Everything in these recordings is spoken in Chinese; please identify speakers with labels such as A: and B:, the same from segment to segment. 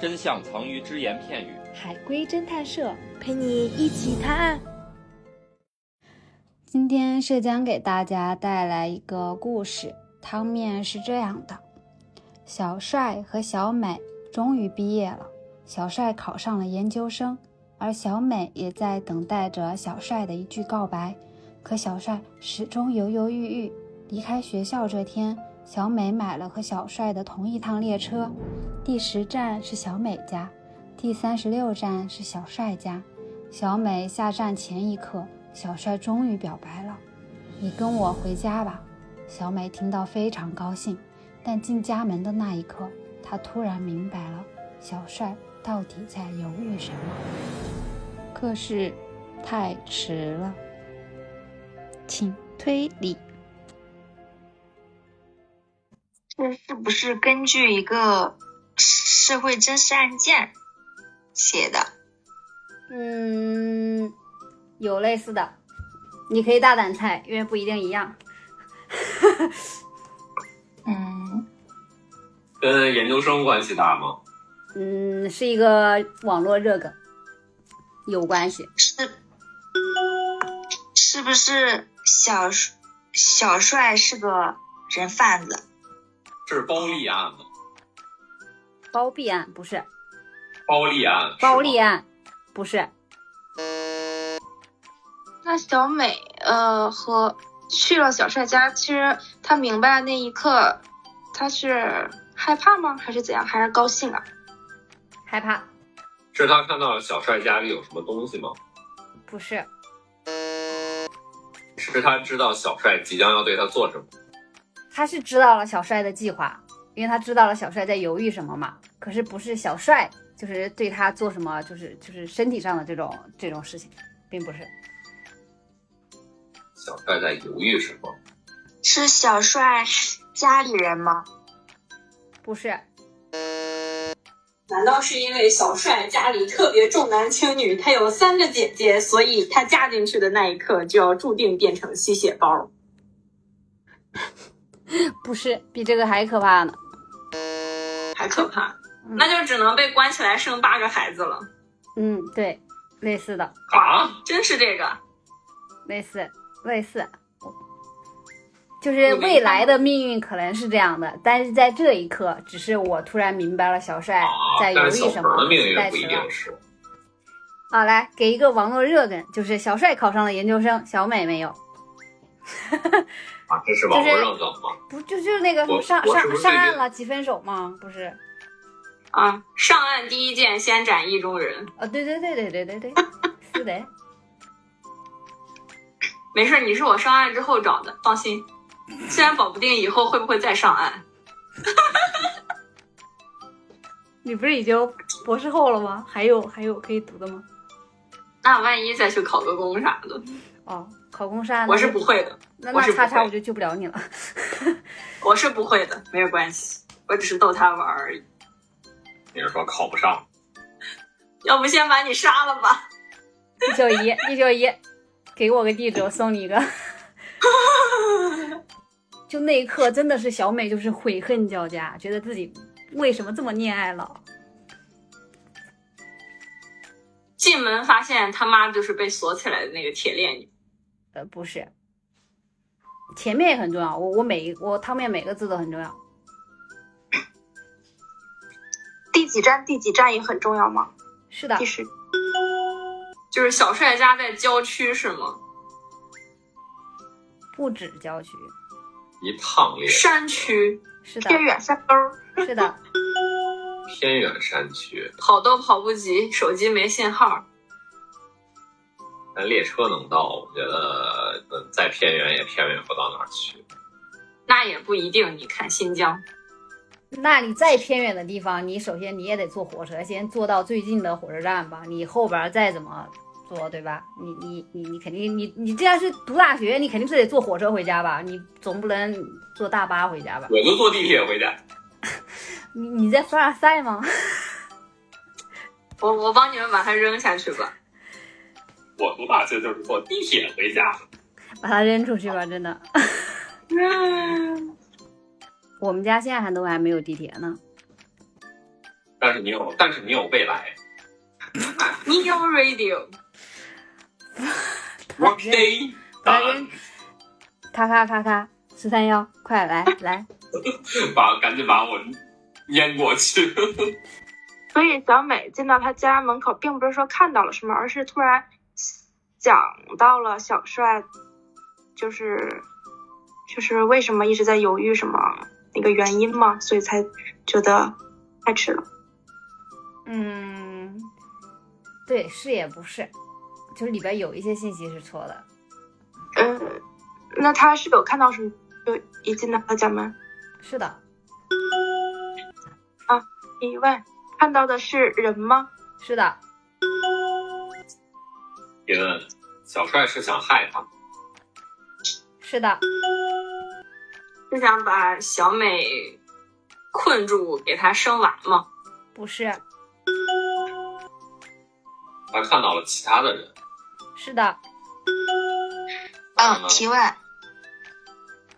A: 真相藏于只言片语。
B: 海龟侦探社陪你一起探案。
C: 今天社将给大家带来一个故事，汤面是这样的：小帅和小美终于毕业了，小帅考上了研究生，而小美也在等待着小帅的一句告白。可小帅始终犹犹豫豫。离开学校这天，小美买了和小帅的同一趟列车，第十站是小美家，第三十六站是小帅家。小美下站前一刻，小帅终于表白了：“你跟我回家吧。”小美听到非常高兴，但进家门的那一刻，她突然明白了小帅到底在犹豫什么。可是，太迟了。请推理。
D: 这是不是根据一个社会真实案件写的？
E: 嗯，有类似的，你可以大胆猜，因为不一定一样。
D: 嗯，
F: 跟研究生关系大吗？
E: 嗯，是一个网络热梗，有关系。
D: 是，是不是小小帅是个人贩子？
F: 这是包利案吗？
E: 包庇案不是，
F: 包利案是吗，
E: 包利案不是，
G: 那小美呃和去了小帅家，其实她明白那一刻，她是害怕吗？还是怎样？还是高兴啊？
E: 害怕
F: 是他看到了小帅家里有什么东西吗？
E: 不是，
F: 是他知道小帅即将要对他做什么？
E: 他是知道了小帅的计划，因为他知道了小帅在犹豫什么嘛。可是不是小帅，就是对他做什么，就是就是身体上的这种这种事情，并不是。
F: 小帅在犹豫什么？
D: 是小帅家里人吗？
E: 不是，
H: 难道是因为小帅家里特别重男轻女，他有三个姐姐，所以他嫁进去的那一刻就要注定变成吸血包？
E: 不是，比这个还可怕呢。
H: 还可怕，那就只能被关起来生八个孩子了。
E: 嗯，对，类似的，
F: 啊，
H: 真是这个，
E: 类似，类似，就是未来的命运可能是这样的，但是在这一刻，只是我突然明白了小帅在犹
F: 啊但
E: 豫
F: 是小
E: 什么啊
F: 鹏的命运，
E: 太
F: 不
E: 迟
F: 一
E: 了
F: 定。是。
E: 好，来给一个网络热梗，就是小帅考上了研究生，小美没有，
F: 啊，这是网
E: 就
F: 络
E: 是
F: 热梗吗？
E: 不就就是那个
F: 我
E: 上
F: 我是
E: 上
F: 不是
E: 上
F: 最近
E: 岸了即分手吗？不是，
H: 啊！上岸第一剑，先斩意中人。
E: 哦，对对对对对对对，是的，
H: 没事，你是我上岸之后找的，放心。虽然保不定以后会不会再上岸，
E: 你不是已经博士后了吗？还有还有可以读的吗？
H: 那万一再去考个公啥的，
E: 哦，考公上岸
H: 我是不会的，
E: 那
H: 我
E: 那
H: 是不
E: 叉叉
H: 会
E: 我就救不了你了。
H: 我是不会的，没有关系，我只是逗他玩儿而已。
F: 你是说考不上？
H: 要不先把你杀了吧？
E: 一九一，一九一，给我个地址，我送你一个。就那一刻，真的是小美就是悔恨交加，觉得自己为什么这么恋爱脑。
H: 进门发现他妈就是被锁起来的那个铁链女，
E: 呃，不是，前面也很重要，我我每一我汤面每个字都很重要。
G: 第几站第几站也很重要吗？
E: 是的
G: 第，十
H: 就是小帅家在郊区是吗？
E: 不止郊区，
F: 一趟列
H: 山区
E: 是的，
G: 偏远山沟，
E: 是的，
F: 偏远山区，
H: 跑都跑不及，手机没信号，
F: 但列车能到，我觉得呃再偏远也偏远不到哪儿去。
H: 那也不一定。你看新疆，
E: 那你再偏远的地方，你首先你也得坐火车，先坐到最近的火车站吧。你后边再怎么坐，对吧？你你你你肯定你你这要是读大学，你肯定是得坐火车回家吧？你总不能坐大巴回家吧？
F: 我就坐地铁回家。
E: 你你在凡尔赛吗？
H: 我我帮你们把它扔下去吧。
F: 我读大学就是坐地铁回家。
E: 把它扔出去吧，真的。 我们家现在还都还没有地铁呢。
F: 但是你有，但是你有未来。
G: Neo Radio，
F: Work day 啊
E: 来
F: 打，
E: 咔咔咔咔，十三幺，快来来，
F: 把赶紧把我淹过去。
G: 所以小美进到他家门口，并不是说看到了什么，而是突然想到了小帅，就是就是为什么一直在犹豫什么那个原因嘛，所以才觉得太迟了。
E: 嗯，对，是也不是，就是里边有一些信息是错的。
G: 呃，那他是有看到什么？就一进到他家门，
E: 是的，
G: 一问看到的是人吗？
E: 是的，
F: 别问，小帅是想害他，
E: 是的，
H: 是想把小美困住，给她生娃吗？
E: 不是，
F: 他看到了其他的人。
E: 是的，
D: 嗯，提问，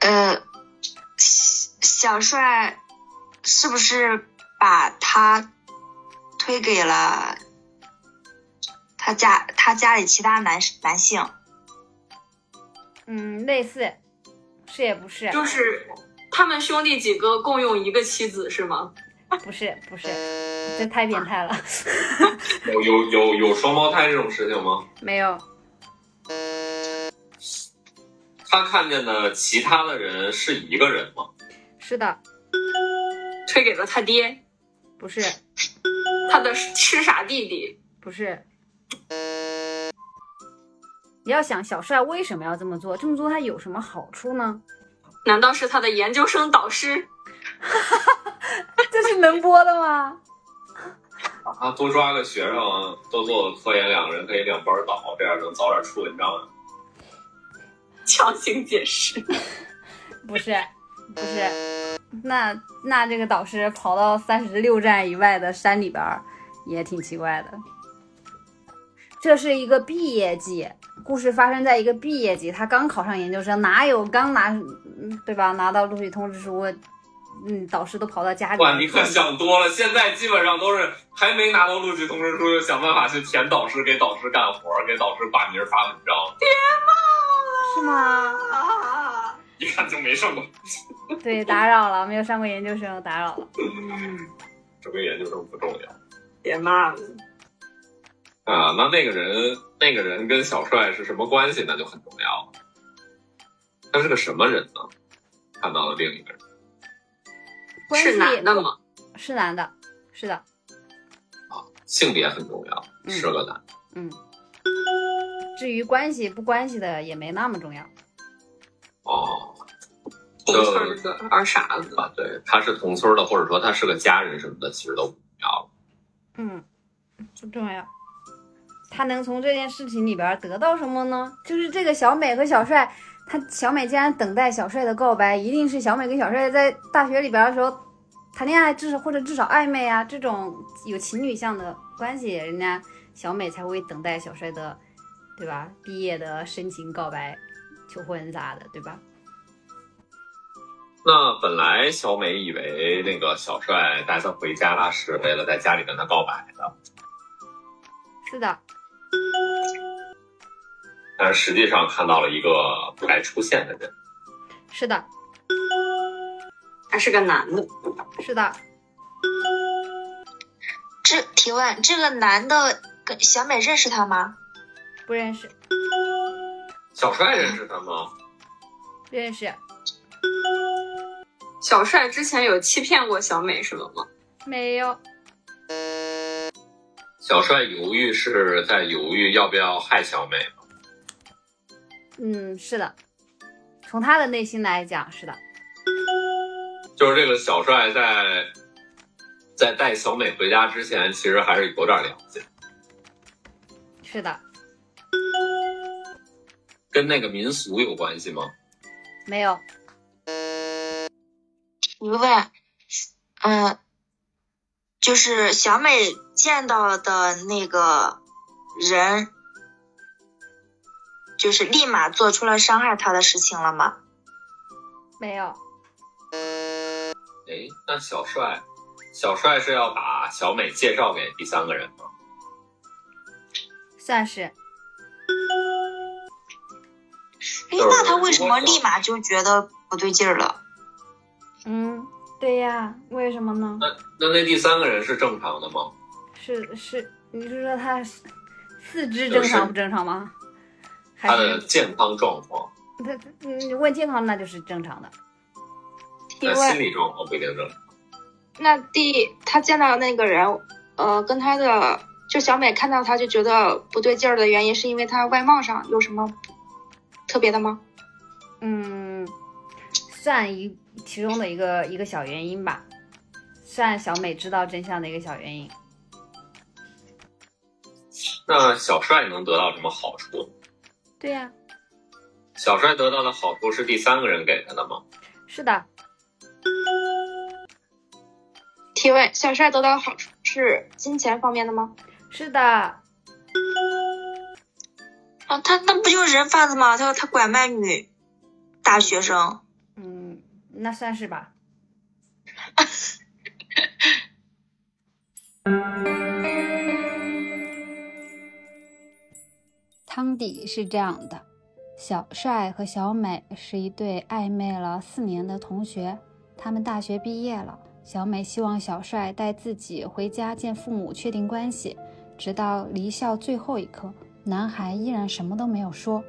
D: 呃，小小帅是不是把他推给了他家他家里其他男男性？
E: 嗯，类似，是也不是，
H: 就是他们兄弟几个共用一个妻子是吗？
E: 不是，不是，这太变态 了，
F: 有有有有双胞胎这种事情吗？
E: 没有，
F: 他看见的其他的人是一个人吗？
E: 是的，
H: 推给了他爹，
E: 不是，
H: 他的痴傻弟弟。
E: 不是。你要想小帅为什么要这么做？这么做他有什么好处呢？
H: 难道是他的研究生导师？
E: 这是能播的吗？
F: 啊，多抓个学生啊，多做科研，两个人可以两班倒，这样能早点出文章啊。
H: 强行解释，
E: 不是，不是。那那这个导师跑到三十六站以外的山里边儿，也挺奇怪的。这是一个毕业季，故事发生在一个毕业季，他刚考上研究生，哪有刚拿，嗯对吧？拿到录取通知书，嗯，导师都跑到家里。
F: 哇，你可想多了，现在基本上都是还没拿到录取通知书，就想办法去填导师，给导师干活，给导师挂名发文章，
E: 是吗？
H: 啊，
F: 一看就没上过，
E: 对，打扰了，没有上过研究生，打扰了。
F: 这跟研究生不重要。
H: 别骂了。
F: 啊，那那个人，那个人跟小帅是什么关系，那就很重要了。他是个什么人呢？看到了另一个人，
E: 关系
H: 是男的吗？
E: 是男的，是的，
F: 性别很重要，
E: 嗯
F: 是个男。
E: 嗯。至于关系不关系的也没那么重要。
F: 哦，
H: 同村
F: 呃
H: 儿的二傻子，
F: 啊，对，他是同村的，或者说他是个家人什么的，其实都不重要了。
E: 嗯，不重要。他能从这件事情里边得到什么呢？就是这个小美和小帅，他小美竟然等待小帅的告白，一定是小美跟小帅在大学里边的时候谈恋爱，至少或者至少暧昧啊，这种有情侣相的关系，人家小美才会等待小帅的，对吧？毕业的深情告白、求婚啥的，对吧？
F: 那本来小美以为那个小帅带她回家，那是为了在家里跟她告白的，
E: 是的，
F: 但是实际上看到了一个不该出现的人。
E: 是的，
H: 他是个男的，
E: 是的，
D: 这提问，这个男的跟小美认识他吗？
E: 不认识，
F: 小帅认识他吗？
E: 认识，
H: 小帅之前有欺骗过小美什么吗？
E: 没有，
F: 小帅犹豫是在犹豫要不要害小美吗？
E: 嗯，是的，从他的内心来讲，是的，
F: 就是这个小帅在在带小美回家之前，其实还是有点良心，
E: 是的，
F: 跟那个民俗有关系吗？
E: 没有，
D: 提问，嗯，就是小美见到的那个人，就是立马做出了伤害她的事情了吗？
E: 没有，
F: 哎，那小帅，小帅是要把小美介绍给第三个人吗？
E: 算是
D: 哎，那他为什么立马就觉得不对劲儿了？
C: 嗯，对呀，为什么呢？
F: 那那第三个人是正常的吗？
E: 是是，你是说他是四肢正常不正常吗？还
F: 他的
E: 是
F: 健康状况、
E: 他他嗯你问健康那就是正常的。
G: 提
F: 但
G: 问
F: 心。理状况不一定正常。
G: 那第他见到那个人，呃，跟他的就小美看到他就觉得不对劲儿的原因，是因为他外貌上有什么特别的吗？
E: 嗯，算一其中的一个一个小原因吧，算小美知道真相的一个小原因。
F: 那小帅能得到什么好处？
E: 对呀、
F: 小帅得到的好处是第三个人给他的吗？
E: 是的，
G: 提问：小帅得到的好处是金钱方面的吗？
E: 是的，
D: 啊，他那不就是人贩子吗？他他拐卖女大学生，
E: 嗯，那算是吧。
C: 汤底是这样的：小帅和小美是一对暧昧了四年的同学，他们大学毕业了。小美希望小帅带自己回家见父母，确定关系。直到离校最后一刻，男孩依然什么都没有说。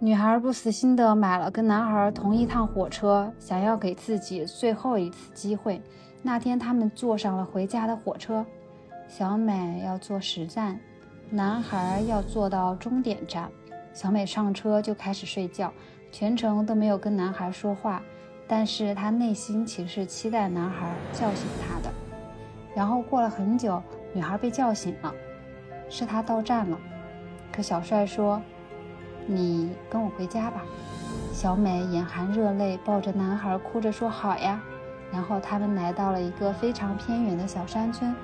C: 女孩不死心的买了跟男孩同一趟火车，想要给自己最后一次机会。那天他们坐上了回家的火车，小美要坐十站，男孩要坐到终点站，小美上车就开始睡觉，全程都没有跟男孩说话，但是她内心其实是期待男孩叫醒她的。然后过了很久，女孩被叫醒了，是她到站了。可小帅说：“你跟我回家吧。”小美眼含热泪，抱着男孩哭着说：“好呀。”然后他们来到了一个非常偏远的小山村，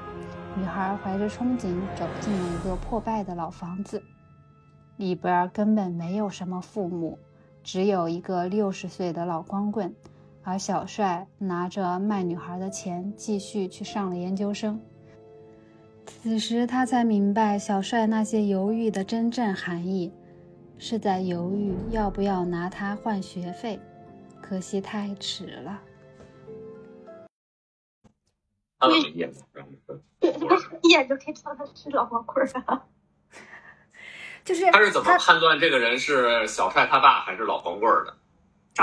C: 女孩怀着憧憬走进了一个破败的老房子，里边儿根本没有什么父母，只有一个六十岁的老光棍，而小帅拿着卖女孩的钱继续去上了研究生。此时他才明白，小帅那些犹豫的真正含义，是在犹豫要不要拿他换学费，可惜太迟了。
F: 他怎么也不让我问
G: 一眼就可以知道他是老光棍儿啊！
E: 就是
F: 他是怎么
E: 他
F: 判断这个人是小帅他爸还是老光棍儿的？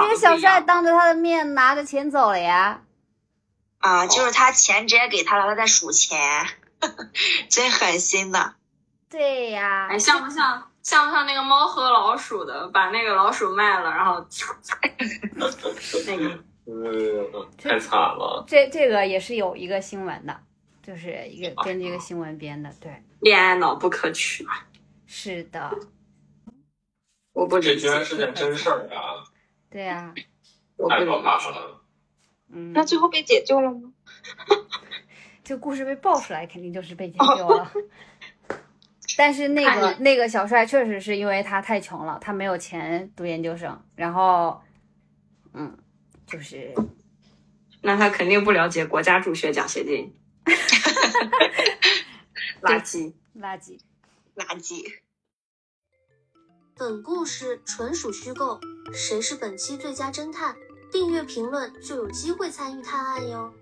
E: 因为小帅当着他的面拿着钱走了呀。
D: 啊，就是他钱直接给他了，他在数钱， 真狠心呐！
E: 对呀、
H: 哎，像不像像不像那个猫和老鼠的，把那个老鼠卖了，然后那个
F: 嗯，太惨了。
E: 这这个也是有一个新闻的，就是一
H: 哦
E: 个根据一个新闻编的。对，
H: 恋爱脑不可取，
E: 是的，
H: 我不
F: 这
H: 理
F: 居
H: 解，
F: 然是件真事儿啊！
E: 对呀、
H: 我不
F: 太
H: 理
F: 可
H: 解。
F: 怕了。
E: 嗯，
G: 那最后被解救了吗？
E: 这故事被爆出来，肯定就是被解
H: 哦
E: 救 了。但是那个那个小帅确实是因为他太穷了，他没有钱读研究生，然后，嗯，就是
H: 那他肯定不了解国家助学奖 学金，垃圾。
E: 垃圾。
D: 垃圾。
I: 本故事纯属虚构，谁是本期最佳侦探？订阅评论就有机会参与探案哟。